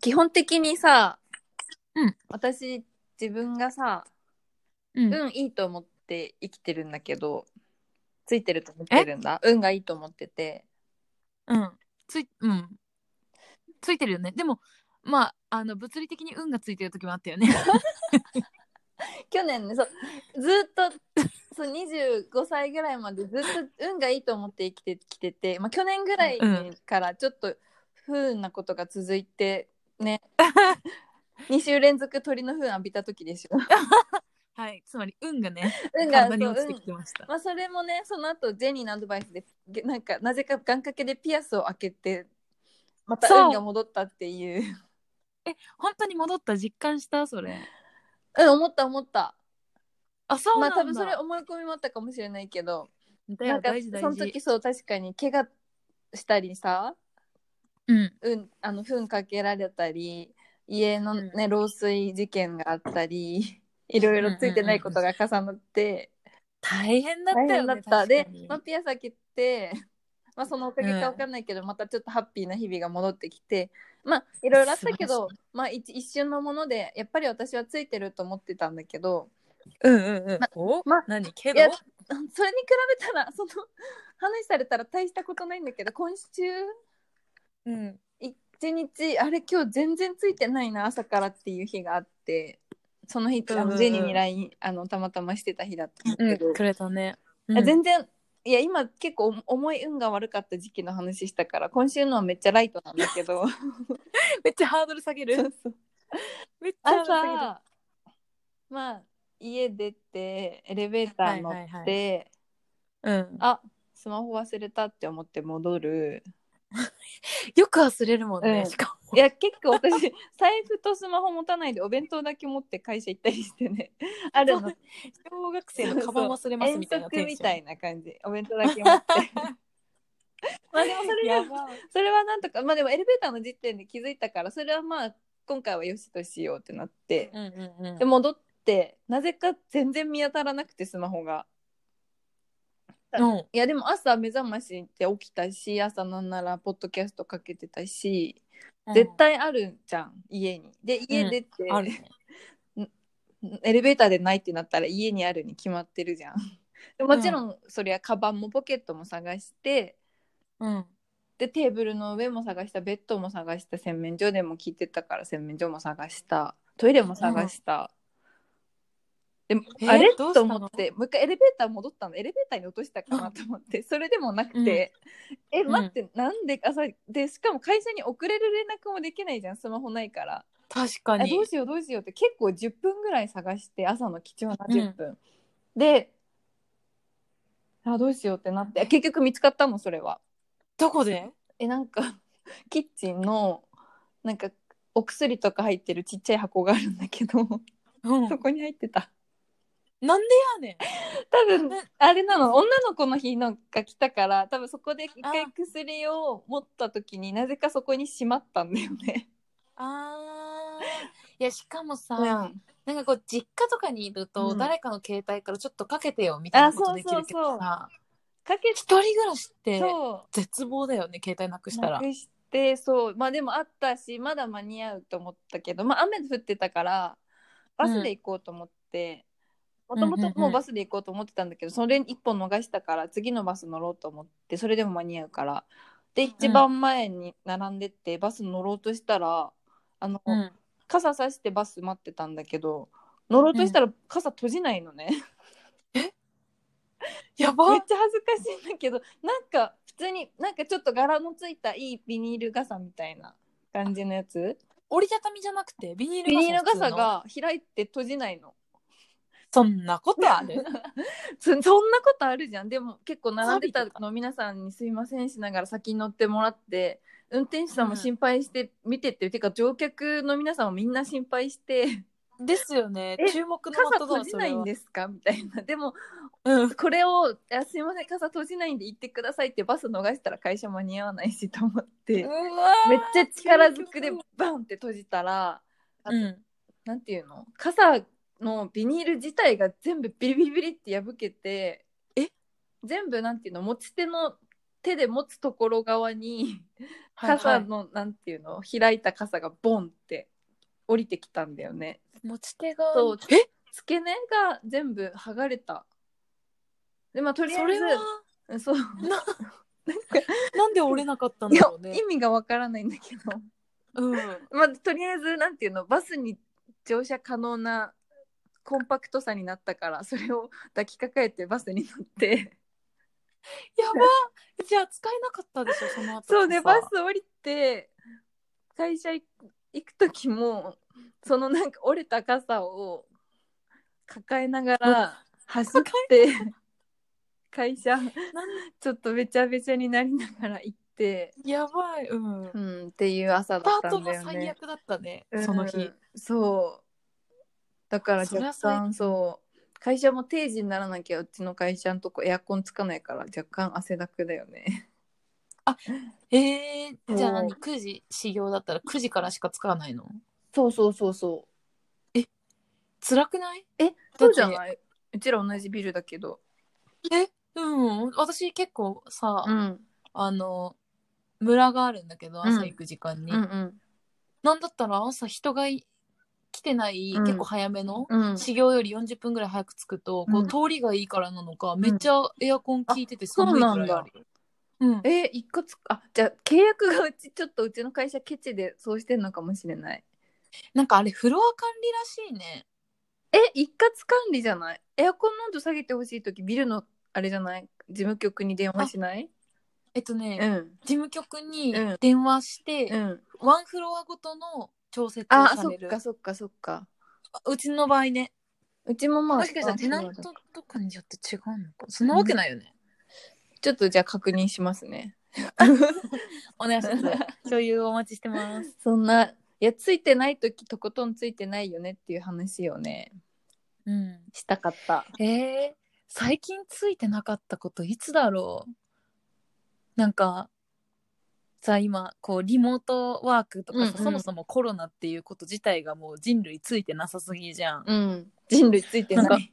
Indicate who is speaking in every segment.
Speaker 1: 基本的にさ、
Speaker 2: うん
Speaker 1: 私自分がさ、
Speaker 2: うん。
Speaker 1: 運いいと思って生きてるんだけどついてると思ってるんだ運がいいと思ってて
Speaker 2: うん。つい、うん。ついてるよね。でも、まあ、あの、物理的に運がついてる時もあったよね。
Speaker 1: 去年ねそうずっと そう25歳ぐらいまでずっと運がいいと思って生きてきてて、まあ、去年ぐらいからちょっと不運なことが続いて ね2週連続鳥の糞浴びた時でし ょ。
Speaker 2: はい。つまり、運がね、
Speaker 1: 運がそ
Speaker 2: 体に
Speaker 1: う
Speaker 2: 落ちて
Speaker 1: 運
Speaker 2: きて ました。
Speaker 1: まあ、それもねその後ジェニーのアドバイスでげなんかなぜか願掛けでピアスを開けてまた
Speaker 2: そう
Speaker 1: 運が戻ったっていう
Speaker 2: 本当に戻った、実感した、それ。
Speaker 1: うん思った思った
Speaker 2: あ、そう
Speaker 1: ま
Speaker 2: な
Speaker 1: あ
Speaker 2: んだ。
Speaker 1: 多分それ思い込みもあったかもしれないけど
Speaker 2: だ
Speaker 1: な
Speaker 2: よ
Speaker 1: んか
Speaker 2: 大事大
Speaker 1: その
Speaker 2: 事。
Speaker 1: 時そう確かに怪我したりさ
Speaker 2: うん。
Speaker 1: うんあの糞かけられたり家のね、漏水事件があったりいろいろついてないことが重なって
Speaker 2: 大変だった
Speaker 1: 大
Speaker 2: よね。
Speaker 1: 変だったで
Speaker 2: 確かに、
Speaker 1: まあ、ピアス開けて、 まあ、そのおかげ
Speaker 2: うん
Speaker 1: かわかんないけど、またちょっとハッピーな日々が戻ってきてまあいろいろあったけ
Speaker 2: 素晴
Speaker 1: ど、まあ、一一瞬のものでやっぱり私はついてると思ってたんだけど
Speaker 2: うんうんうん。お
Speaker 1: ま
Speaker 2: 何
Speaker 1: い
Speaker 2: け
Speaker 1: やそれに比べたらその話されたら大したことないんだけど今週
Speaker 2: うん。
Speaker 1: 一日あれ今日全然ついてないな朝からっていう日があってその日、あの
Speaker 2: うんうんうん
Speaker 1: ジェニーに LINE あのたまたましてた日だったんだけど、
Speaker 2: くれたね。
Speaker 1: いや全然いや今結構重い運が悪かった時期の話したから今週のはめっちゃライトなんだけ ど
Speaker 2: めっちゃハードル下げる。めっちゃハードル下
Speaker 1: 朝まあ家出てエレベーター乗って、
Speaker 2: はいはいげる。うん。
Speaker 1: あスマホ忘れたって思って戻る
Speaker 2: よく忘れるもんね。
Speaker 1: うん
Speaker 2: しかも。
Speaker 1: いや結構 私財布とスマホ持たないでお弁当だけ持って会社行ったりしてねあるの
Speaker 2: 小学生のカバン忘れますみたいな
Speaker 1: 遠足
Speaker 2: テン
Speaker 1: み
Speaker 2: ション
Speaker 1: たいな感じお弁当だけ持ってまあでもそれ
Speaker 2: や
Speaker 1: は
Speaker 2: ばい
Speaker 1: それはなんとかまあでもエレベーターの時点で気づいたからそれはまあ今回はよしとしようってなって、
Speaker 2: うんうんうん。
Speaker 1: で戻ってなぜか全然見当たらなくてスマホが
Speaker 2: うん、
Speaker 1: いやでも朝目覚ましで起きたし朝なんならポッドキャストかけてたし、絶対あるじゃん家にで家出て、
Speaker 2: うんあるね。
Speaker 1: エレベーターでないってなったら家にあるに決まってるじゃんでもちろんそりゃカバンもポケットも探して
Speaker 2: うん。
Speaker 1: でテーブルの上も探したベッドも探した洗面所でも聞いてたから洗面所も探したトイレも探した、
Speaker 2: え
Speaker 1: であれ
Speaker 2: どう
Speaker 1: と
Speaker 2: したの
Speaker 1: 思ってもう一回エレベーター戻ったのエレベーターに落としたかなと思 ってそれでもなくて、え
Speaker 2: ん
Speaker 1: 待って、なんで朝でしかも会社に遅れる連絡もできないじゃんスマホないから
Speaker 2: 確か
Speaker 1: あど
Speaker 2: に
Speaker 1: う。しようどうしようって結構10分ぐらい探して朝の貴重な10分、であどうしようってなって結局見つかったのそれは
Speaker 2: どこで
Speaker 1: えなんか キッチンのなんかお薬とか入ってるちっちゃい箱があるんだけど
Speaker 2: うん。
Speaker 1: そこに入ってた
Speaker 2: なんでやねん。
Speaker 1: 多分あれなの女の子の日のが来たから多分そこで一回
Speaker 2: あ
Speaker 1: 薬を持った時になぜかそこにしまったんだよね。
Speaker 2: あー。いや、しかもさ、
Speaker 1: うん、
Speaker 2: なんかこう、実家とかにいると、
Speaker 1: うん
Speaker 2: 誰かの携帯からちょっとかけてよみたいなことできるけどさ、
Speaker 1: かけ
Speaker 2: 一人暮らしって
Speaker 1: そう
Speaker 2: 絶望だよね、携帯なくした
Speaker 1: な
Speaker 2: ら。
Speaker 1: くしてそうまあでもあったしまだ間に合うと思ったけど、まあ、雨降ってたからバスで行こうと思っても
Speaker 2: ん
Speaker 1: とも
Speaker 2: うんうんう
Speaker 1: と
Speaker 2: ん
Speaker 1: もうバスで行こうと思ってたんだけど、それ一本逃したから次のバス乗ろうと思ってそれでも間に合うからで一番前に並んでってバス乗ろうとしたらあの、
Speaker 2: うん。
Speaker 1: 傘さしてバス待ってたんだけど乗ろうとしたら傘閉じないのね。
Speaker 2: や
Speaker 1: め
Speaker 2: ば
Speaker 1: っちゃ恥ずかしいんだけどなんか普通になんかちょっと柄のついたいいビニール傘みたいな感じのやつ
Speaker 2: 折りたたみじゃなくてビニール
Speaker 1: ビニール傘
Speaker 2: 傘
Speaker 1: が開いて閉じないの
Speaker 2: そんなことあ る
Speaker 1: そそんなことあるじゃんでも結構並んでたの皆さんにすいませんしながら先に乗ってもらって運転手さんも心配して見てってる、てか乗客の皆さんもみんな心配して
Speaker 2: ですよね
Speaker 1: え
Speaker 2: 注目の
Speaker 1: 傘
Speaker 2: 的だ
Speaker 1: 閉じないんですかみたいなでも
Speaker 2: それはうん
Speaker 1: これをいや「すいません傘閉じないんで行ってください」ってバス逃したら会社間に合わないしと思って。
Speaker 2: うわー
Speaker 1: めっちゃ力ずくでバンって閉じたら、
Speaker 2: うん
Speaker 1: なんていうの傘のビニール自体が全部ビリビリビリって破けて
Speaker 2: え
Speaker 1: 全部なんていうの持ち手の手で持つところ側 に
Speaker 2: はいは
Speaker 1: 傘
Speaker 2: い、
Speaker 1: の、なんていうの開いた傘がボンって降りてきたんだよね。
Speaker 2: 持ち手が
Speaker 1: そう
Speaker 2: え
Speaker 1: 付け根が全部剥がれた。でまあとりあ
Speaker 2: それは
Speaker 1: えずそう
Speaker 2: ななんで折れなかったんだろう
Speaker 1: い
Speaker 2: ね
Speaker 1: や意味がわからないんだけど。
Speaker 2: うん
Speaker 1: まあ、とりあえずなんていうのバスに乗車可能なコンパクトさになったからそれを抱きかかえてバスに乗って
Speaker 2: やばじゃあ使えなかったでしょその後
Speaker 1: そうねバ
Speaker 2: ス
Speaker 1: ス降りて会社行行く時もそのなんか折れた傘を抱えながら走って 会社ちょっとべちゃべちゃになりながら行って、
Speaker 2: やばいうん
Speaker 1: うん、っていう朝だ
Speaker 2: パ
Speaker 1: っ
Speaker 2: ー
Speaker 1: た
Speaker 2: ト
Speaker 1: ん
Speaker 2: が
Speaker 1: だよ
Speaker 2: 最
Speaker 1: ね。
Speaker 2: 悪だったね、
Speaker 1: うん
Speaker 2: その日
Speaker 1: そうだから
Speaker 2: そりゃ
Speaker 1: 若
Speaker 2: 最
Speaker 1: 干そう会社も定時にならなきゃうちの会社のとこエアコンつかないから若干汗だくだよね
Speaker 2: えー、じゃあ何
Speaker 1: そ
Speaker 2: 9時始業だったら9時からしか使わないの
Speaker 1: そうそうそうそ
Speaker 2: 辛くないう
Speaker 1: えそうじゃ
Speaker 2: だ
Speaker 1: ないうちら同じビルだけど
Speaker 2: えうん私結構さ、
Speaker 1: うん
Speaker 2: あの村があるんだけど
Speaker 1: うん
Speaker 2: 朝行く時間に、
Speaker 1: うんうん
Speaker 2: なんだったら朝人がい来てない、
Speaker 1: うん
Speaker 2: 結構早めの、
Speaker 1: うん
Speaker 2: 始業より40分ぐらい早く着くと、
Speaker 1: うん
Speaker 2: こう通りがいいからなのか、めっちゃエアコン効いてて寒い
Speaker 1: あそうなん
Speaker 2: ぐらいあ
Speaker 1: だ
Speaker 2: るよ。うん、
Speaker 1: え一個つあじゃあ契約がうちちょっとうちの会社ケチでそうしてんのかもしれない
Speaker 2: なんかあれフロア管理らしいね。
Speaker 1: え一括管理じゃないエアコンの温度下げてほしい時ビルのあれじゃない事務局に電話しない
Speaker 2: えっとね、
Speaker 1: うん
Speaker 2: 事務局に
Speaker 1: うん
Speaker 2: 電話して、
Speaker 1: うん
Speaker 2: ワンフロアごとの調節を
Speaker 1: あ
Speaker 2: さ
Speaker 1: そ
Speaker 2: れ
Speaker 1: っ
Speaker 2: る
Speaker 1: かそっかそっか
Speaker 2: うちの場合ね
Speaker 1: うちもまあ、
Speaker 2: もしかしたらテナントとかによって違うのかそんなわけないよね、
Speaker 1: ちょっとじゃあ確認しますね。
Speaker 2: お願いします共有をお待ちしてます
Speaker 1: そんな、いや、ついてないとき、とことんついてないよねっていう話をね、
Speaker 2: うん
Speaker 1: したかった。
Speaker 2: えー、最近ついてなかったこといつだろうなんかさ今こうリモートワークとかさ、
Speaker 1: うんうん
Speaker 2: そもそもコロナっていうこと自体がもう人類ついてなさすぎじゃん、
Speaker 1: うん。人類ついて
Speaker 2: な
Speaker 1: なんい。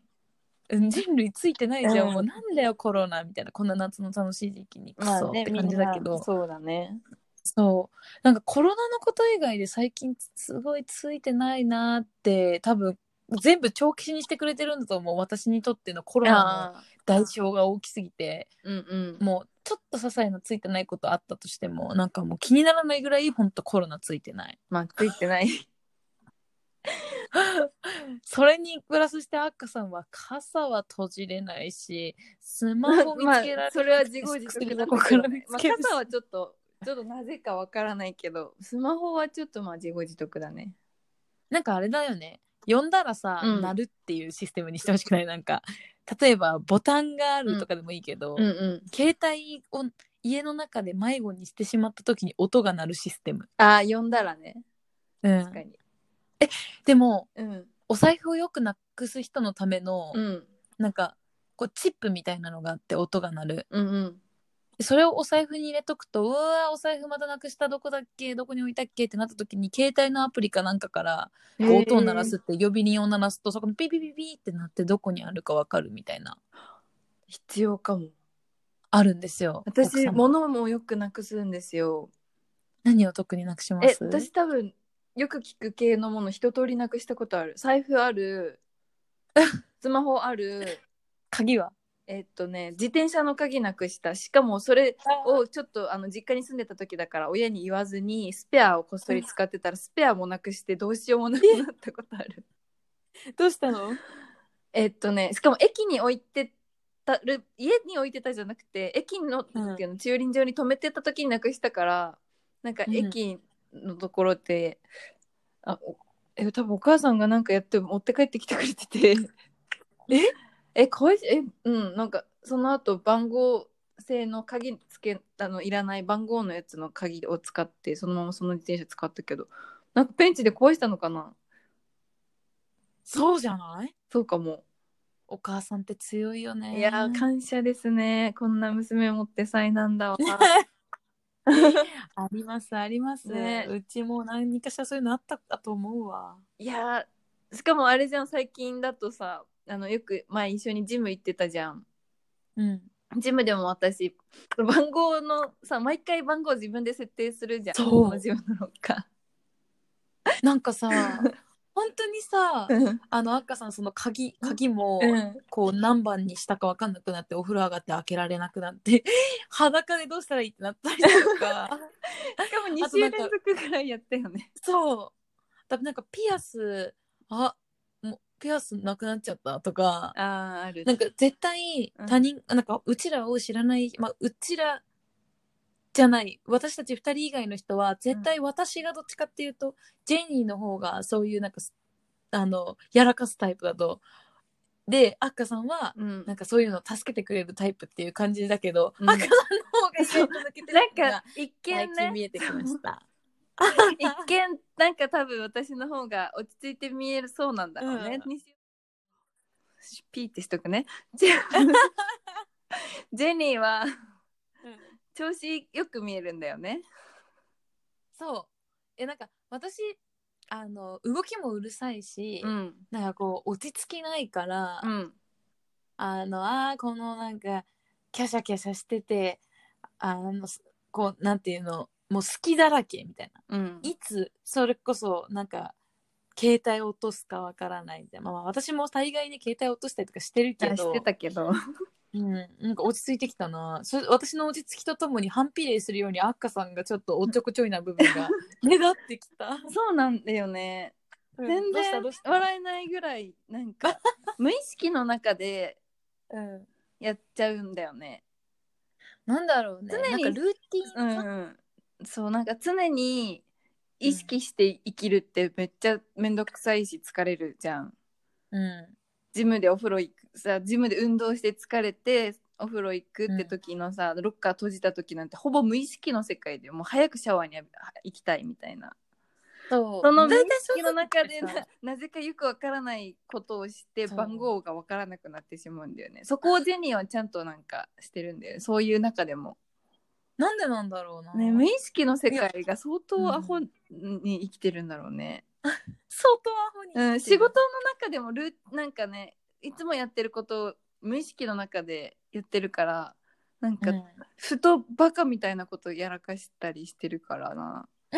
Speaker 2: うん、人類ついてないじゃん、
Speaker 1: うん
Speaker 2: もうなんだよコロナみたいなこんな夏の楽しい時期にク
Speaker 1: まあ
Speaker 2: ソっ
Speaker 1: ね、
Speaker 2: て感じだけど、
Speaker 1: みんなそうだね。
Speaker 2: そうなんかコロナのこと以外で最近すごいついてないなって多分全部長期死にしてくれてるんだと思う私にとってのコロナの
Speaker 1: ああ、
Speaker 2: 代償が大きすぎて
Speaker 1: うんうん。
Speaker 2: もうちょっと些細なついてないことあったとしてもなんかもう気にならないぐらいほんとコロナついてない
Speaker 1: まあ、ついてない。
Speaker 2: それにプラスしてアッカさんは傘は閉じれないしスマホ見つけられない、
Speaker 1: まあ、それは自業自得だったけどね。まあ、
Speaker 2: 薬の効果
Speaker 1: 傘はちょっと、ちょっとなぜかわからないけど、スマホはちょっとまあ自業自得だね。
Speaker 2: なんかあれだよね呼んだらさ、
Speaker 1: うん
Speaker 2: 鳴るっていうシステムにしてほしくないなんか例えばボタンがあるとかでもいいけど、
Speaker 1: うんう
Speaker 2: 携帯を家の中で迷子にしてしまった時に音が鳴るシステム、
Speaker 1: ん。ああ、呼んだらね。
Speaker 2: うん
Speaker 1: 確かに。
Speaker 2: でも
Speaker 1: うん。
Speaker 2: お財布をよくなくす人のための、
Speaker 1: うん。
Speaker 2: なんかこうチップみたいなのがあって音が鳴る
Speaker 1: うんうん。
Speaker 2: それをお財布に入れとくとうわーお財布またなくしたどこだっけどこに置いたっけってなった時に携帯のアプリかなんかからこう音を鳴らすって呼び鈴を鳴らすとそこのピピピピってなってどこにあるかわかるみたいな
Speaker 1: 必要かも
Speaker 2: あるんですよ奥
Speaker 1: 私
Speaker 2: 様
Speaker 1: 物もよくなくすんですよ
Speaker 2: 何を特になくしま
Speaker 1: え
Speaker 2: す
Speaker 1: 私多分よく聞く系のもの一通りなくしたことある財布ある スマホある
Speaker 2: 鍵は
Speaker 1: えっとね自転車の鍵なくしたしかもそれをちょっとあの実家に住んでた時だから親に言わずにスペアをこっそり使ってたらスペアもなくしてどうしようもなくなったことある
Speaker 2: どうしたの
Speaker 1: えっとねしかも駅に置いてたる家に置いてたじゃなくて駅の,、
Speaker 2: うん
Speaker 1: なんていうの駐輪場に止めてた時になくしたからなんか
Speaker 2: うん
Speaker 1: 駅のところで、あおえ多分お母さんがなんかやって持って帰ってきてくれてて
Speaker 2: え
Speaker 1: えこいえうんなんかその後番号製の鍵つけあのいらない番号のやつの鍵を使ってそのままその自転車使ったけどなんかペンチで壊したのかな
Speaker 2: そうじゃない
Speaker 1: そうかも。
Speaker 2: お母さんって強いよね
Speaker 1: いやー感謝ですね。こんな娘持って災難だわ。
Speaker 2: ありますあります、
Speaker 1: ね
Speaker 2: うちも何かしらそういうのあったかと思うわ
Speaker 1: いやーしかもあれじゃん最近だとさあのよく前一緒にジム行ってたじゃん。
Speaker 2: うん
Speaker 1: ジムでも私番号のさ毎回番号自分で設定するじゃん
Speaker 2: そう
Speaker 1: 自分のロッカ
Speaker 2: なん かさ本当にさ
Speaker 1: ーうん
Speaker 2: あの赤さんその鍵鍵も、
Speaker 1: うん
Speaker 2: こう何番にしたか分かんなくなってお風呂上がって開けられなくなって 裸でどうしたらいいってなったりと か
Speaker 1: しかも
Speaker 2: あ
Speaker 1: 2
Speaker 2: と
Speaker 1: 週連
Speaker 2: なんか
Speaker 1: 続ぐらいやったよね
Speaker 2: そうだってなんかピアスあもうピアスなくなっちゃったとか
Speaker 1: ああある
Speaker 2: なんか絶対
Speaker 1: うん
Speaker 2: 他人、なんかうちらを知らない、まあ、うちらじゃない私たち2人以外の人は絶対私がどっちかっていうと、ジェニーの方がそういうなんかすあのやらかすタイプだとでアッカさんは
Speaker 1: うん
Speaker 2: なんかそういうの助けてくれるタイプっていう感じだけど、
Speaker 1: うん
Speaker 2: 赤さんの方が全部抜けてる
Speaker 1: なん
Speaker 2: のが
Speaker 1: か一
Speaker 2: 最
Speaker 1: 見
Speaker 2: 近
Speaker 1: ね
Speaker 2: 見えてき ました。
Speaker 1: 一見なんか多分私の方が落ち着いて見えるそうなんだろうね、
Speaker 2: う
Speaker 1: にしピーってしと くねジェジェニーは調子よく見えるんだよね
Speaker 2: そうえなんか私あの動きもうるさいし、
Speaker 1: ん
Speaker 2: なんかこう落ち着きないから、
Speaker 1: うん
Speaker 2: あのあーこのなんかキャシャキャシャしててあのすこうなんていうのもう好きだらけみたいな
Speaker 1: うん
Speaker 2: いつそれこそなんか携帯落とすかわからないみたいな、まあ、私も大概に携帯落としたりとかしてるけ
Speaker 1: あ知
Speaker 2: ど
Speaker 1: ってたけど
Speaker 2: うん、なんか落ち着いてきたなそれ私の落ち着きとともに反比例するようにアッカさんがちょっとおっちょこちょいな部分 が目立ってきた
Speaker 1: そうなんだよね全
Speaker 2: どう
Speaker 1: 然
Speaker 2: したどうした
Speaker 1: 笑えないぐらいなんか無意識の中で
Speaker 2: うん、
Speaker 1: やっちゃうんだよね
Speaker 2: なんだろうね
Speaker 1: 常に
Speaker 2: なんかルーティ
Speaker 1: う
Speaker 2: ン
Speaker 1: ん
Speaker 2: 化、
Speaker 1: うんそうなんか常に意識して生きるってめっちゃめんどくさいし疲れるじゃん
Speaker 2: うん
Speaker 1: ジムでお風呂行くさジムで運動して疲れてお風呂行くって時のさ、ロッカー閉じた時なんてほぼ無意識の世界でもう早くシャワーに浴び行きたいみたいな
Speaker 2: そう
Speaker 1: その無意
Speaker 2: 大体そう
Speaker 1: 識の中でな
Speaker 2: さ
Speaker 1: なぜかよくわからないことをして
Speaker 2: そう
Speaker 1: 番号がわからなくなってしまうんだよねそこをジェニーはちゃんとなんかしてるんだよねそういう中でも、
Speaker 2: なんでなんだろうな、
Speaker 1: ね、無意識の世界が相
Speaker 2: いや
Speaker 1: 当アホに生きてるんだろうね、
Speaker 2: 相当アホに
Speaker 1: う
Speaker 2: 生
Speaker 1: ん、
Speaker 2: きて
Speaker 1: 仕
Speaker 2: る
Speaker 1: 事の中でもルーなんかねいつもやってることを無意識の中でやってるからなんか、
Speaker 2: うん
Speaker 1: ふとバカみたいなことやらかしたりしてるからない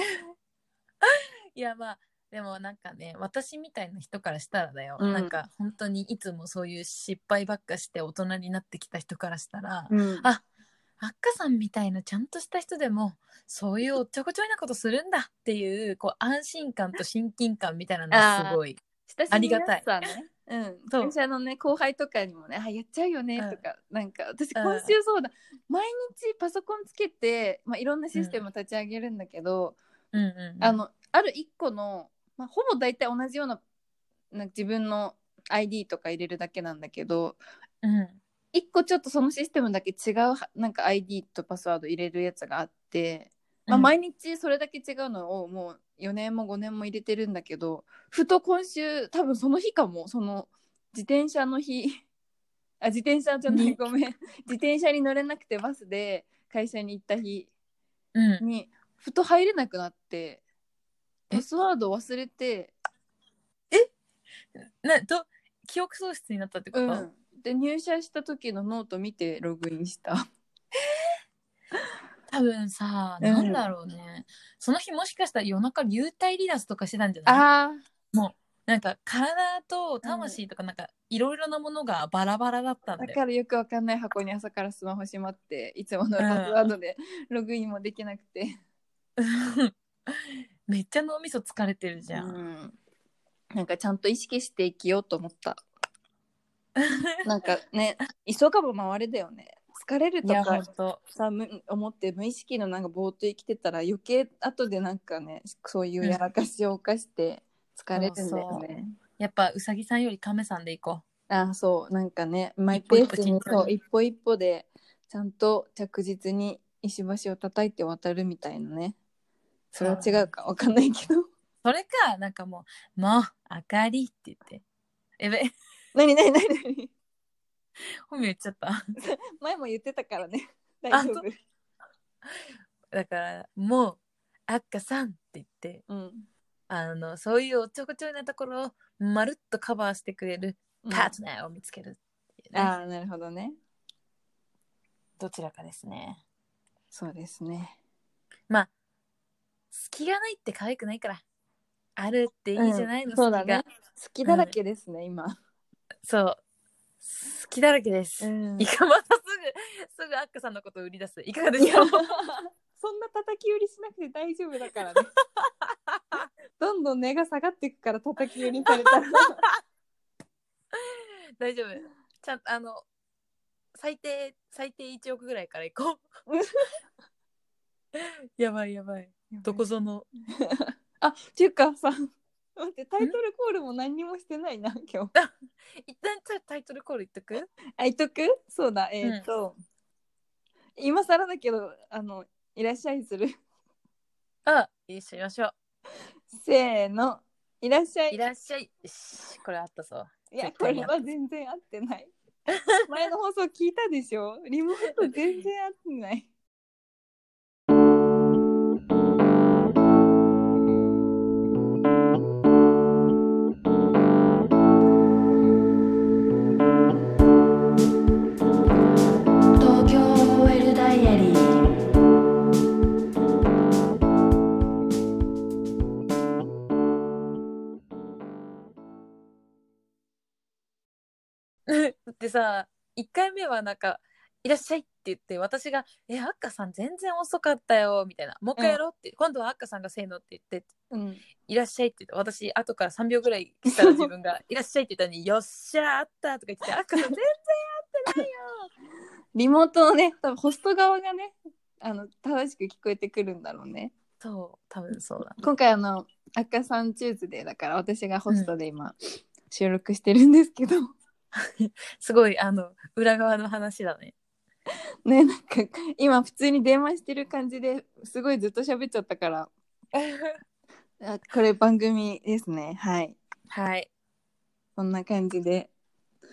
Speaker 2: やまあでもなんかね私みたいな人からしたらだよ、
Speaker 1: うん
Speaker 2: なんか本当にいつもそういう失敗ばっかして大人になってきた人からしたら、
Speaker 1: うん
Speaker 2: ああっかさんみたいなちゃんとした人でもそういうおっちょこちょいなことするんだっていうこう安心感と親近感みたいなのがすごい
Speaker 1: 親し
Speaker 2: あ
Speaker 1: み
Speaker 2: り
Speaker 1: や
Speaker 2: が
Speaker 1: す
Speaker 2: た
Speaker 1: さ
Speaker 2: い
Speaker 1: ねうん、
Speaker 2: そう
Speaker 1: 会社のね後輩とかにもね「あやっちゃうよね」とか、なんか私
Speaker 2: うん
Speaker 1: 今週そうだ、毎日パソコンつけて、まあ、いろんなシステム立ち上げるんだけど、
Speaker 2: うんうんうん
Speaker 1: あのある一個の、まあ、ほぼ大体同じようななんか自分の ID とか入れるだけなんだけど
Speaker 2: うん
Speaker 1: 一個ちょっとそのシステムだけ違うはなんか ID とパスワード入れるやつがあって、まあ、
Speaker 2: うん
Speaker 1: 毎日それだけ違うのをもう4年も5年も入れてるんだけどふと今週多分その日かもその自転車の日あ自転車じゃない
Speaker 2: ね
Speaker 1: ごめん自転車に乗れなくてバスで会社に行った日
Speaker 2: うん
Speaker 1: にふと入れなくなって
Speaker 2: え
Speaker 1: パスワード忘れて、
Speaker 2: など記憶喪失になったってこと、
Speaker 1: うん、で入社した時のノート見てログインした。
Speaker 2: 多分さ
Speaker 1: うん
Speaker 2: なんだろうね、その日もしかしたら夜中幽体離脱とかしてたんじゃない
Speaker 1: あ
Speaker 2: なんか体と魂とかなんかいろいろなものがバラバラだったん
Speaker 1: だ
Speaker 2: だよ。
Speaker 1: からよくわかんない箱に朝からスマホしまっていつものパスワードで ログインもできなくて、
Speaker 2: めっちゃ脳みそ疲れてるじゃ。
Speaker 1: うんんなんかちゃんと意識して生きようと思ったなんかね 急がば回れだよね疲れる
Speaker 2: い
Speaker 1: と
Speaker 2: やほん
Speaker 1: か
Speaker 2: と。
Speaker 1: さむ思って無意識のなんかぼーっと生きてたら余計後でなんかねそういうやらかしを犯して疲れるんだよね、
Speaker 2: やっぱうさぎさんよりカメさんでいこ
Speaker 1: あーそうなんかねマイペースに
Speaker 2: 一
Speaker 1: そ
Speaker 2: 歩一歩慎重に
Speaker 1: う一歩一歩でちゃんと着実に石橋を叩いて渡るみたいなねそれは違うかわかんないけど
Speaker 2: う。それかなんかもう「もうあかり」って言って。えべ
Speaker 1: 何何何何
Speaker 2: 本名言っちゃった。
Speaker 1: 前も言ってたからね大
Speaker 2: あ
Speaker 1: 丈夫
Speaker 2: だからもう「あっかさん」って言って
Speaker 1: うん
Speaker 2: あのそういうおっちょこちょいなところをまるっとカバーしてくれる
Speaker 1: うん
Speaker 2: パートナーを見つけるっていうね、
Speaker 1: ああなるほどね
Speaker 2: どちらかですね
Speaker 1: そうですね。
Speaker 2: まあ隙がないって可愛くないからあるっていいじゃないの、
Speaker 1: うんそうだ
Speaker 2: 隙が
Speaker 1: ね好きだらけですね、今。
Speaker 2: そう好きだらけです、
Speaker 1: うん
Speaker 2: いかまたすぐすぐ アックさんのことを売り出すいかがですか
Speaker 1: そんな叩き売りしなくて大丈夫だからね。どんどん値が下がっていくから叩き売りされたら。
Speaker 2: 大丈夫ちゃんあの最低最低1億ぐらいから行こうやばいやばいどこぞの
Speaker 1: あっていうかさ待ってタイトルコールも何にもしてない な今日。
Speaker 2: 一旦じゃあタイトルコール言っとく
Speaker 1: あいとくそうだえっ、と、今更だけどあのいらっしゃい する
Speaker 2: あ一緒にしましょう
Speaker 1: せーのいらっしゃい
Speaker 2: いらっしゃいよしこれあったそう
Speaker 1: いや
Speaker 2: 絶
Speaker 1: こ
Speaker 2: 対に
Speaker 1: れは全然合って ない前の放送聞いたでしょリモート全然合ってない
Speaker 3: 東京 OL ダイアリー
Speaker 2: でさ1回目はなんか「いらっしゃい」って言って私が「えアッカさん全然遅かったよ」みたいな「もう一回やろう」って、今度はアッカさんが「せーの」って言って
Speaker 1: うん
Speaker 2: 「いらっしゃい」って言って私後から3秒ぐらいし たら自分が「いらっしゃい」って言ったのに「よっしゃあった」とか言って「アッカさん全然
Speaker 1: リモートのね多分ホスト側がねあの正しく聞こえてくるんだろうね
Speaker 2: そう多分そうだ
Speaker 1: 今回あの赤さんチューズデーだから私がホストで今、収録してるんですけど
Speaker 2: すごいあの裏側の話だ ね
Speaker 1: ねなんか今普通に電話してる感じですごいずっと喋っちゃったからあこれ番組ですねはい
Speaker 2: はい
Speaker 1: こんな感じで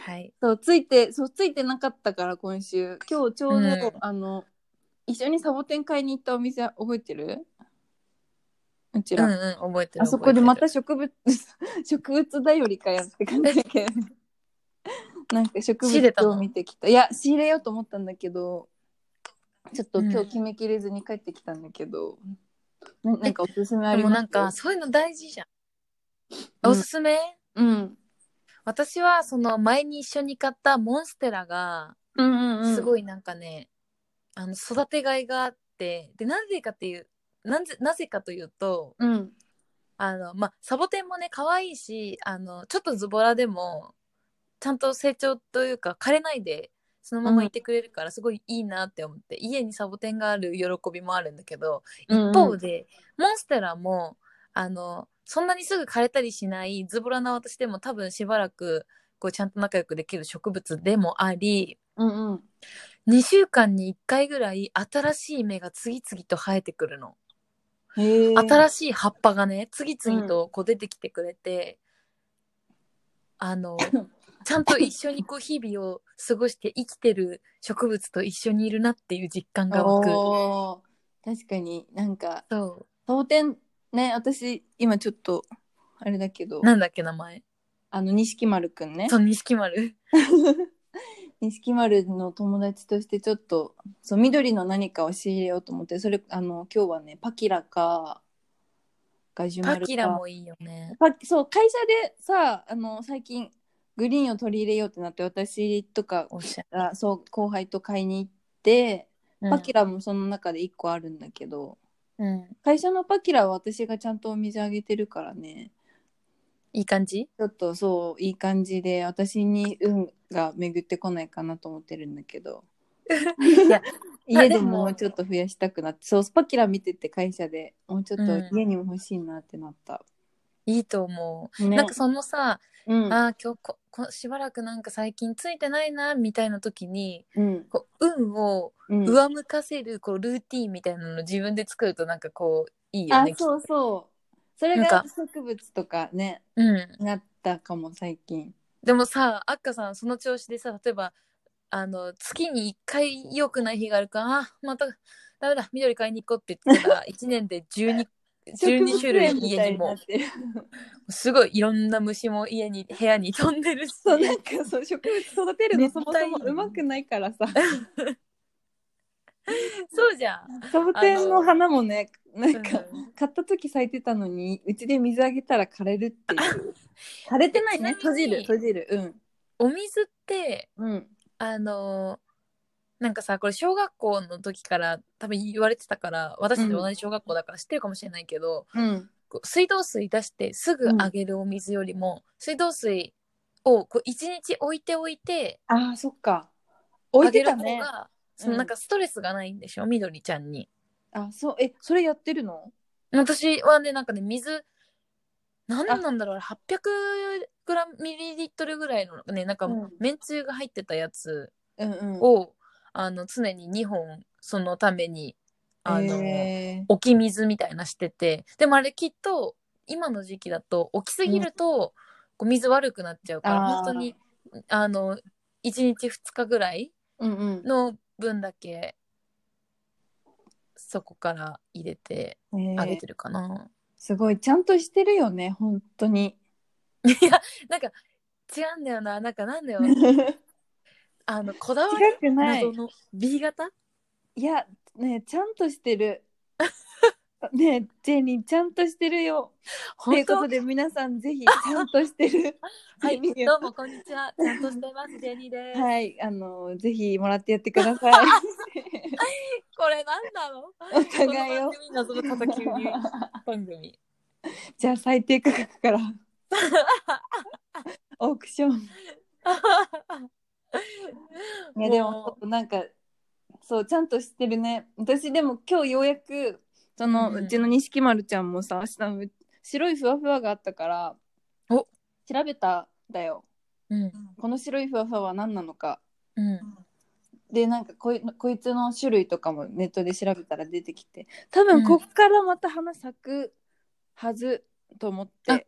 Speaker 2: はい
Speaker 1: そうついてそうついてなかったから今週今日ちょうど、
Speaker 2: うん
Speaker 1: あの一緒にサボテン買いに行ったお店覚えてるうち
Speaker 2: うん
Speaker 1: ら、
Speaker 2: うん覚えてる
Speaker 1: あそこでま
Speaker 2: 覚
Speaker 1: た植物 植物だよりかよって感じだけど なんか植
Speaker 2: 仕入れた
Speaker 1: 物を
Speaker 2: の
Speaker 1: 見てきたいや仕入れようと思ったんだけどちょっと今日
Speaker 2: うん
Speaker 1: 決めきれずに帰ってきたんだけど、ななんかおすすめ
Speaker 2: え
Speaker 1: あ
Speaker 2: て
Speaker 1: り
Speaker 2: るでも
Speaker 1: ます
Speaker 2: なんかそういうの大事じゃん、
Speaker 1: うん
Speaker 2: おすすめ
Speaker 1: うん
Speaker 2: 私はその前に一緒に買ったモンステラが
Speaker 1: うんうんうん
Speaker 2: す
Speaker 1: い
Speaker 2: ごいなんかね、あの育てがいがあってでなぜかっていうなぜなぜかというと
Speaker 1: うん
Speaker 2: あの、まあ、サボテンもね可愛いしあのちょっとズボラでもちゃんと成長というか枯れないでそのままいてくれるからすごいいいなって思って、家にサボテンがある喜びもあるんだけど
Speaker 1: うん
Speaker 2: 一方で、モンステラもあのそんなにすぐ枯れたりしないズボラな私でも多分しばらくこうちゃんと仲良くできる植物でもあり
Speaker 1: うんうん
Speaker 2: 2週間に1回ぐらい新しい芽が次々と生えてくるの、
Speaker 1: へー
Speaker 2: 新しい葉っぱがね次々とこう出てきてくれて、あの ちゃんと一緒にこう日々を過ごして生きてる植物と一緒にいるなっていう実感が湧く
Speaker 1: おー確かになんか
Speaker 2: そ
Speaker 1: サボテンね私今ちょっとあれだけど
Speaker 2: うなんだっけ名前
Speaker 1: あの錦丸くんね
Speaker 2: そう錦丸
Speaker 1: 錦丸の友達としてちょっとそう緑の何かを仕入れようと思ってそれあの今日はねパキラかガジュマ
Speaker 2: パ
Speaker 1: ルか
Speaker 2: キラもいいよね
Speaker 1: パそう会社でさあの最近グリーンを取り入れようってなって私とか
Speaker 2: おしゃ
Speaker 1: がそう後輩と買いに行って、
Speaker 2: れ
Speaker 1: パキラもその中で1個あるんだけど
Speaker 2: うん
Speaker 1: 会社のパキラは私がちゃんとお水あげてるからね
Speaker 2: いい感じ
Speaker 1: ちょっとそういい感じで私に運が巡ってこないかなと思ってるんだけど
Speaker 2: いや
Speaker 1: 家で
Speaker 2: でも
Speaker 1: ももうちょっと増やしたくなってそうスパキラ見てて会社でもうちょっ
Speaker 2: うん
Speaker 1: と家にも欲しいなってなった、
Speaker 2: いいと思う、
Speaker 1: ね
Speaker 2: なんかそのさ
Speaker 1: うん
Speaker 2: あー今日ここしばらくなんか最近ついてないなみたいな時に
Speaker 1: うん
Speaker 2: こう運を
Speaker 1: うん
Speaker 2: 上向かせるこうルーティンみたいなのを自分で作るとなんかこういいよ
Speaker 1: あ
Speaker 2: ね。
Speaker 1: そう
Speaker 2: う。
Speaker 1: そうそれ
Speaker 2: なん
Speaker 1: が
Speaker 2: か
Speaker 1: 植物とかね
Speaker 2: うん、
Speaker 1: なったかも最近
Speaker 2: でもさあっかさんその調子でさ例えばあの月に1回良くない日があるからあーまたダメだ緑買いに行こうって言ってた ら1年で12。12種類
Speaker 1: 植物園みた
Speaker 2: 家
Speaker 1: い
Speaker 2: に
Speaker 1: になっ
Speaker 2: も
Speaker 1: てる
Speaker 2: すごいいろんな虫も家に部屋に飛んでるし
Speaker 1: そうなんかそう植物育てるのそもそも
Speaker 2: 熱帯
Speaker 1: うまくないからさ
Speaker 2: そうじゃん。
Speaker 1: サボテンの花もねなんか
Speaker 2: うん
Speaker 1: 買った時咲いてたのにうちで水あげたら枯れるって いう枯れてないね
Speaker 2: ちな
Speaker 1: 閉
Speaker 2: みに
Speaker 1: じる閉じる
Speaker 2: お水って、
Speaker 1: うんうん
Speaker 2: あのーなんかさ、これ小学校の時から多分言われてたから、私たち同じ小学校だから知ってるかもしれないけど、
Speaker 1: うん
Speaker 2: こう水道水出してすぐあげるお水よりも、水道水をこう一日置いておいて、
Speaker 1: あーそっか置いてた
Speaker 2: あげ
Speaker 1: ね
Speaker 2: る方が、そのなんかストレスがないんでしょ、みどりちゃんに。
Speaker 1: あそうえそれやってるの
Speaker 2: 私はねなんかね水何なんだろうあれ800グラムミリリットルぐらいのねなんか
Speaker 1: うん
Speaker 2: めんつゆが入ってたやつ
Speaker 1: うんうん
Speaker 2: を、あの常に2本そのためにあの、
Speaker 1: え
Speaker 2: 置き水みたいなしててでもあれきっと今の時期だと置きすぎると、こう水悪くなっちゃうから
Speaker 1: あー
Speaker 2: 本当にあの1日2日ぐらい
Speaker 1: ーうんうん
Speaker 2: の分だけそこから入れて
Speaker 1: えー
Speaker 2: あげてるかな。
Speaker 1: すごいちゃんとしてるよね本当 に
Speaker 2: いや、なんか、違うんだよな。なんか、なんだよ。
Speaker 1: 違
Speaker 2: あの、こだわり
Speaker 1: くない
Speaker 2: 謎の B 型
Speaker 1: いやねえちゃんとして るねえジェニーちゃんとしてるよとい
Speaker 2: 本
Speaker 1: うこ
Speaker 2: 当
Speaker 1: とで皆さんぜ ひちゃんとしてる
Speaker 2: は
Speaker 1: ジェニ
Speaker 2: い、
Speaker 1: ー
Speaker 2: ど
Speaker 1: を
Speaker 2: うも、こんにちは。ちゃんとしてます、ジェニーです。
Speaker 1: はいあのぜひもらってやってくだ さい
Speaker 2: これ、なんだろう
Speaker 1: お
Speaker 2: この
Speaker 1: 互い
Speaker 2: 番
Speaker 1: を
Speaker 2: 組、謎の叩き売り番組。
Speaker 1: じゃあ最低価格 からオークション いやでも
Speaker 2: う、
Speaker 1: なんかそうちゃんとしてるね私でも今日ようやくその、
Speaker 2: う
Speaker 1: うん
Speaker 2: うん
Speaker 1: ちの錦丸ちゃんもさ明日の白いふわふわがあったから
Speaker 2: お
Speaker 1: 調べたんだよ
Speaker 2: うん、
Speaker 1: この白いふわふわは何なのか
Speaker 2: うん。
Speaker 1: でなんかこいこいつの種類とかもネットで調べたら出てきて多分こっからまた花咲くはずと思って、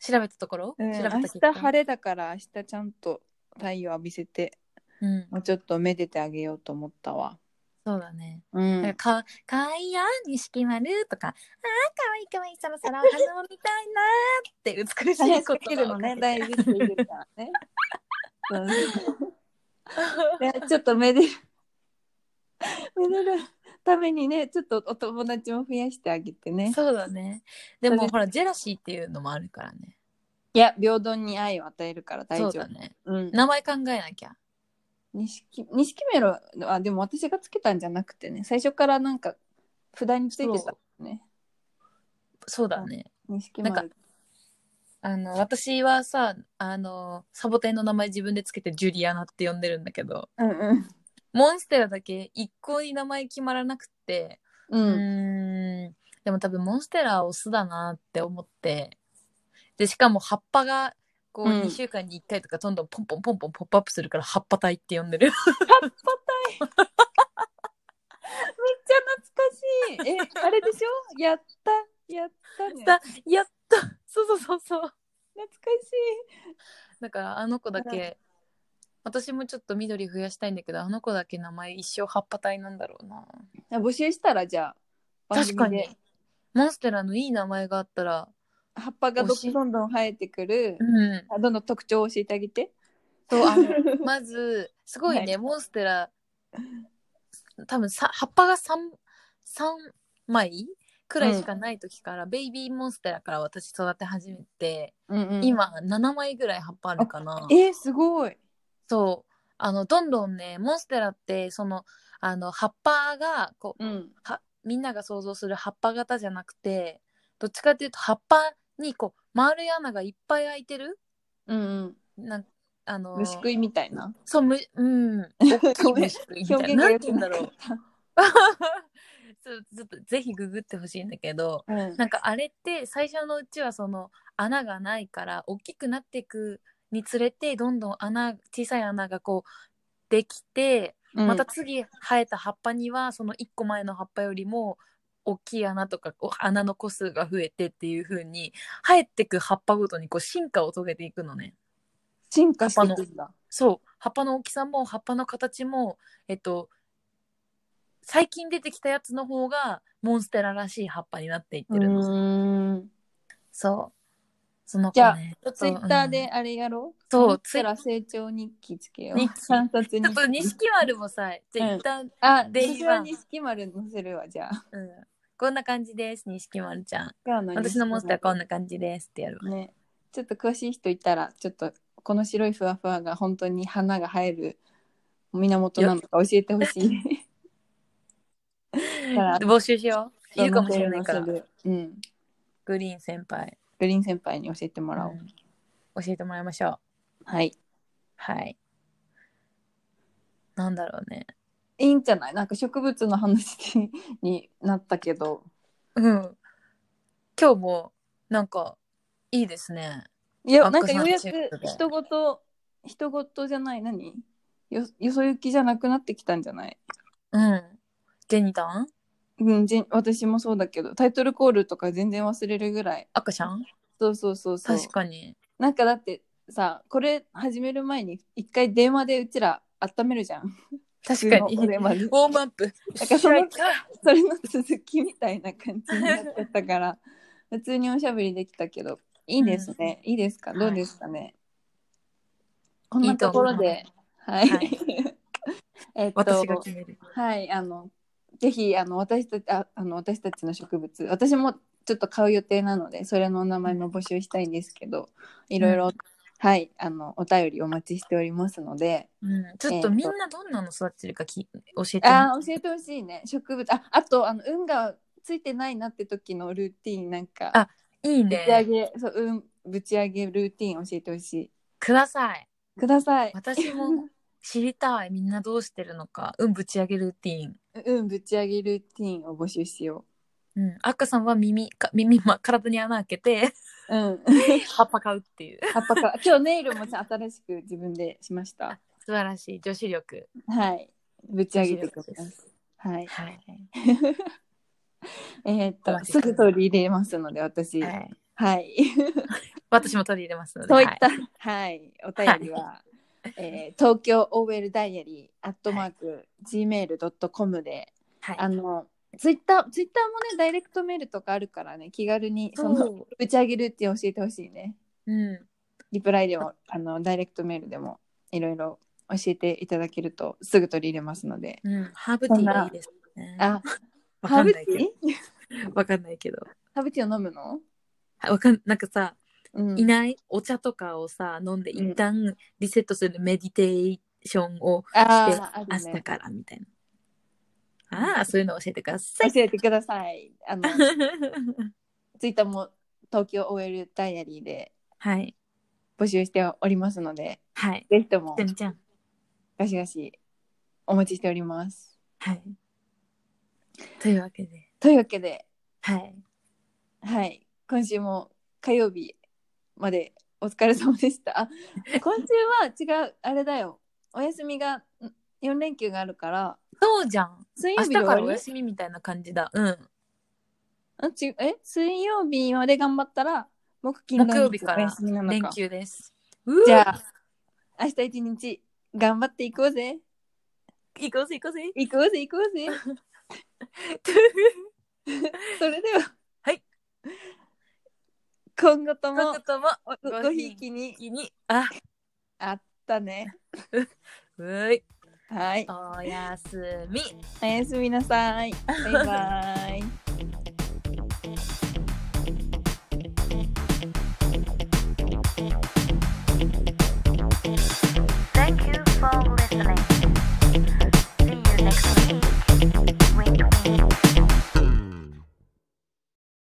Speaker 2: 調べたところ、
Speaker 1: うん、
Speaker 2: 調べ
Speaker 1: 明
Speaker 2: た
Speaker 1: 日晴れだから明日ちゃんと太陽浴びせて
Speaker 2: れ。うん、
Speaker 1: もうちょっとめでてあげようと思ったわ。
Speaker 2: そうだね。
Speaker 1: う
Speaker 2: なん
Speaker 1: ん、
Speaker 2: かかかわいいよ、錦丸とか、ああ、かわいいかわいい、そろそろお花を見たいなーって美しい
Speaker 1: 話
Speaker 2: 言
Speaker 1: し
Speaker 2: 葉を
Speaker 1: か
Speaker 2: かけ
Speaker 1: け
Speaker 2: て
Speaker 1: るのね大事って言うからね。そうでちょっとめでるめでるためにねちょっとお友達も増やしてあげてね。
Speaker 2: そうだね。で
Speaker 1: そ
Speaker 2: も
Speaker 1: れ
Speaker 2: ほら、ジェラシーっていうのもあるからね。
Speaker 1: いや平等に愛を与えるから大丈
Speaker 2: そう
Speaker 1: 夫。
Speaker 2: だね。
Speaker 1: うん。
Speaker 2: 名前考えなきゃ。
Speaker 1: 錦錦メロはでも私がつけたんじゃなくてね最初からなんか札についてたもんね。
Speaker 2: そうだね。
Speaker 1: 錦メロ
Speaker 2: なんあの、私はさ、あの、サボテンの名前自分でつけてジュリアナって呼んでるんだけど、
Speaker 1: うんうん
Speaker 2: モンステラだけ一向に名前決まらなくて、
Speaker 1: う
Speaker 2: うんーん、でも多分モンステラはオスだなって思って、で、しかも葉っぱが、こう
Speaker 1: うん
Speaker 2: 2週間に1回とかどんどんポンポンポンポンポップアップするから葉っぱ体って呼んでる。
Speaker 1: めっちゃ懐か しいえあれでしょやったやったね
Speaker 2: やっ やったそうそうそうそう。
Speaker 1: 懐かし
Speaker 2: だからあの子だけ、私もちょっと緑増やしたいんだけどあの子だけ名前一生葉っぱ体なんだろうない
Speaker 1: あ募集したらじゃあ
Speaker 2: 確か
Speaker 1: 番組
Speaker 2: に
Speaker 1: で
Speaker 2: モンステラのいい名前があったら
Speaker 1: 葉っぱがどどんどん生えてくる、
Speaker 2: うん
Speaker 1: あどんどん特徴を教えてあげて
Speaker 2: そうあのまずすごいね、
Speaker 1: はい
Speaker 2: モンステラ多分さ葉っぱが 3, 三枚くらいしかない時から、ベイビーモンステラから私育て始めて、
Speaker 1: うんうん
Speaker 2: 今7枚ぐらい葉っぱあるかな
Speaker 1: えー、すごい
Speaker 2: そうあのどんどんねモンステラってそのあの葉っぱがこう
Speaker 1: うん
Speaker 2: はみんなが想像する葉っぱ型じゃなくてどっちかっていうと葉っぱにこう丸い穴がいっぱい開いてる
Speaker 1: うんうん
Speaker 2: なんあのー
Speaker 1: 虫食いみたいな
Speaker 2: そう むうん大きい
Speaker 1: ごめん
Speaker 2: 虫食いみたいななんて言うんだろう そうちょっとぜひググってほしいんだけど
Speaker 1: う、うん
Speaker 2: なんかあれって最初のうちはその穴がないから大きくなっていくにつれてどんどん穴小さい穴がこうできて
Speaker 1: うん、
Speaker 2: また次生えた葉っぱにはその1個前の葉っぱよりも大きい穴とかお穴の個数が増えてっていう風に生えてく葉っぱごとにこう進化を遂げていくのね。
Speaker 1: 進化していくんだ
Speaker 2: そう葉っぱの大きさも葉っぱの形もえっと最近出てきたやつの方がモンステラらしい葉っぱになっていってるの。
Speaker 1: うーん
Speaker 2: そうその子
Speaker 1: じゃあ
Speaker 2: ね。
Speaker 1: ツイッターであれやろう
Speaker 2: そう
Speaker 1: ツイッター成長日記つけよ
Speaker 2: 日
Speaker 1: う。
Speaker 2: 記
Speaker 1: 観察
Speaker 2: うん。ちょっと
Speaker 1: 日記。
Speaker 2: 錦丸もさ、じゃあ
Speaker 1: うん
Speaker 2: 一旦、
Speaker 1: あ、
Speaker 2: で
Speaker 1: 私は錦丸載せるわ、じゃあ。
Speaker 2: うんこんな感じです、錦丸ちゃん。私
Speaker 1: 私
Speaker 2: のモンスターこんな感じですってやるわ。
Speaker 1: ね。ちょっと詳しい人いたら、ちょっとこの白いふわふわが本当に花が生える源なのか教えてほし い。から
Speaker 2: 募集しよう。いるかもしれないから
Speaker 1: 載せ。るうん。
Speaker 2: グリーン先輩、
Speaker 1: グリーン先輩に教えてもらおう。
Speaker 2: うん教えてもらいましょう。
Speaker 1: はい。
Speaker 2: はい。なんだろうね。
Speaker 1: いいんじゃないなんか植物の話にになったけど。
Speaker 2: うん。今日も、なんか、いいですね。
Speaker 1: いや、
Speaker 2: あ
Speaker 1: なんかようやく
Speaker 2: 私の中で
Speaker 1: 人ごと、人ごとじゃない、何よよそ行きじゃなくなってきたんじゃない
Speaker 2: うん。ジェニタン
Speaker 1: うん、じん私もそうだけど、タイトルコールとか全然忘れるぐらい。
Speaker 2: 赤ちゃん
Speaker 1: そうそうそうそう。
Speaker 2: 確かに。
Speaker 1: なんかだってさ、これ始める前に一回電話でうちら温めるじゃん。
Speaker 2: 確か
Speaker 1: 普通
Speaker 2: に。
Speaker 1: のお電話で
Speaker 2: ウォームアップ。
Speaker 1: なんかそのそれの続きみたいな感じになっちゃったから、普通におしゃべりできたけど、いいですね。いいですか
Speaker 2: はい
Speaker 1: どうですかね、こんなところで、はいい。
Speaker 2: ます
Speaker 1: えっと
Speaker 2: 私、が決める。
Speaker 1: はい、あの、ぜひ、あの、私たち、ああの、私たちの植物、私もちょっと買う予定なので、それのお名前も募集したいんですけど、いろいろ、はい、あの、お便りお待ちしておりますので、
Speaker 2: うん。ちょっとみんなどんなの育ってるかき教えて
Speaker 1: あー教えてほしいね植物ああとあの運がついてないなって時のルーティンなんか
Speaker 2: あいい
Speaker 1: ぶち上
Speaker 2: ね。
Speaker 1: げ、そう運ぶち上げルーティン教えてほしい
Speaker 2: ください。
Speaker 1: ください
Speaker 2: 私も知りたい。みんなどうしてるのか。うん、ぶち上げルーティーン。
Speaker 1: 運ぶち上げルーティンを募集しよ
Speaker 2: うん。赤さんは耳、か耳、ま、体に穴開 けて、
Speaker 1: ううん
Speaker 2: 葉っぱ買うっていう。
Speaker 1: 葉っぱから今日ネイルもさ新しく自分でしました
Speaker 2: 素晴らしい。女子力。
Speaker 1: はいぶち上げてくださいはい
Speaker 2: はい。
Speaker 1: えーっ
Speaker 2: お
Speaker 1: と
Speaker 2: 待
Speaker 1: す
Speaker 2: ちしてます
Speaker 1: ぐ取り入れますので私
Speaker 2: は。
Speaker 1: はいい、
Speaker 2: 私も取り入れますので。
Speaker 1: そういった
Speaker 2: は
Speaker 1: はい、お便りは、えー東京 OL ダイアリーアットマーク gmail.com で
Speaker 2: はい。
Speaker 1: あのツイッターツイッターもねダイレクトメールとかあるからね気軽にその
Speaker 2: う。
Speaker 1: ぶち上げるっていうの教えてほしいね
Speaker 2: うん。
Speaker 1: リプライでもあのダイレクトメールでもいろいろ教えていただけるとすぐ取り入れますので
Speaker 2: うん。ハーブティーがいいですね。
Speaker 1: あ
Speaker 2: わ
Speaker 1: ハー
Speaker 2: かん
Speaker 1: ブ
Speaker 2: な
Speaker 1: テ
Speaker 2: い
Speaker 1: ィ
Speaker 2: け
Speaker 1: ー
Speaker 2: ど。わかんないけど。
Speaker 1: ハーブティーを飲むの、
Speaker 2: あわかん、なんかさ、
Speaker 1: うん、
Speaker 2: いないお茶とかをさ、飲んで
Speaker 1: うん
Speaker 2: 一旦リセットするメディテーションをして、
Speaker 1: あーあ
Speaker 2: 明
Speaker 1: るね
Speaker 2: 日からみたいな。ああ、そういうの教えてくださ
Speaker 1: 教
Speaker 2: い。
Speaker 1: えてくださいあ のツイッターも東京 OL ダイアリーで
Speaker 2: はい。
Speaker 1: 募集しておりますので
Speaker 2: はい。
Speaker 1: ぜひとも
Speaker 2: てみちゃん。
Speaker 1: ガシガシお待ちしております
Speaker 2: はい。というわけで。
Speaker 1: というわけで
Speaker 2: はい。
Speaker 1: はい、今週も火曜日までお疲れ様でした。あ今週は違う、あれだよ。お休みが4連休があるから、
Speaker 2: そうじゃん。
Speaker 1: 水曜日
Speaker 2: 明日
Speaker 1: で
Speaker 2: か
Speaker 1: 終わ
Speaker 2: らお
Speaker 1: り
Speaker 2: 休みみたいな感じだ。うん。
Speaker 1: あちえ水曜日まで頑張ったら、木金
Speaker 2: 木曜日から
Speaker 1: お休みなの
Speaker 2: 連
Speaker 1: か。
Speaker 2: 休です。うー
Speaker 1: じゃあ、明日一日頑張っていこうぜ。
Speaker 2: 行こうぜ行こうぜ。
Speaker 1: 行こうぜ、行こ うぜ。それでは、
Speaker 2: はい。
Speaker 1: 今後と
Speaker 2: 今
Speaker 1: も
Speaker 2: 後とも
Speaker 1: ご ごひいきに
Speaker 2: 気にあ
Speaker 1: あったね。
Speaker 2: うーい
Speaker 1: はい。
Speaker 2: おやすみ。
Speaker 1: おやすみなさい。バイバイ。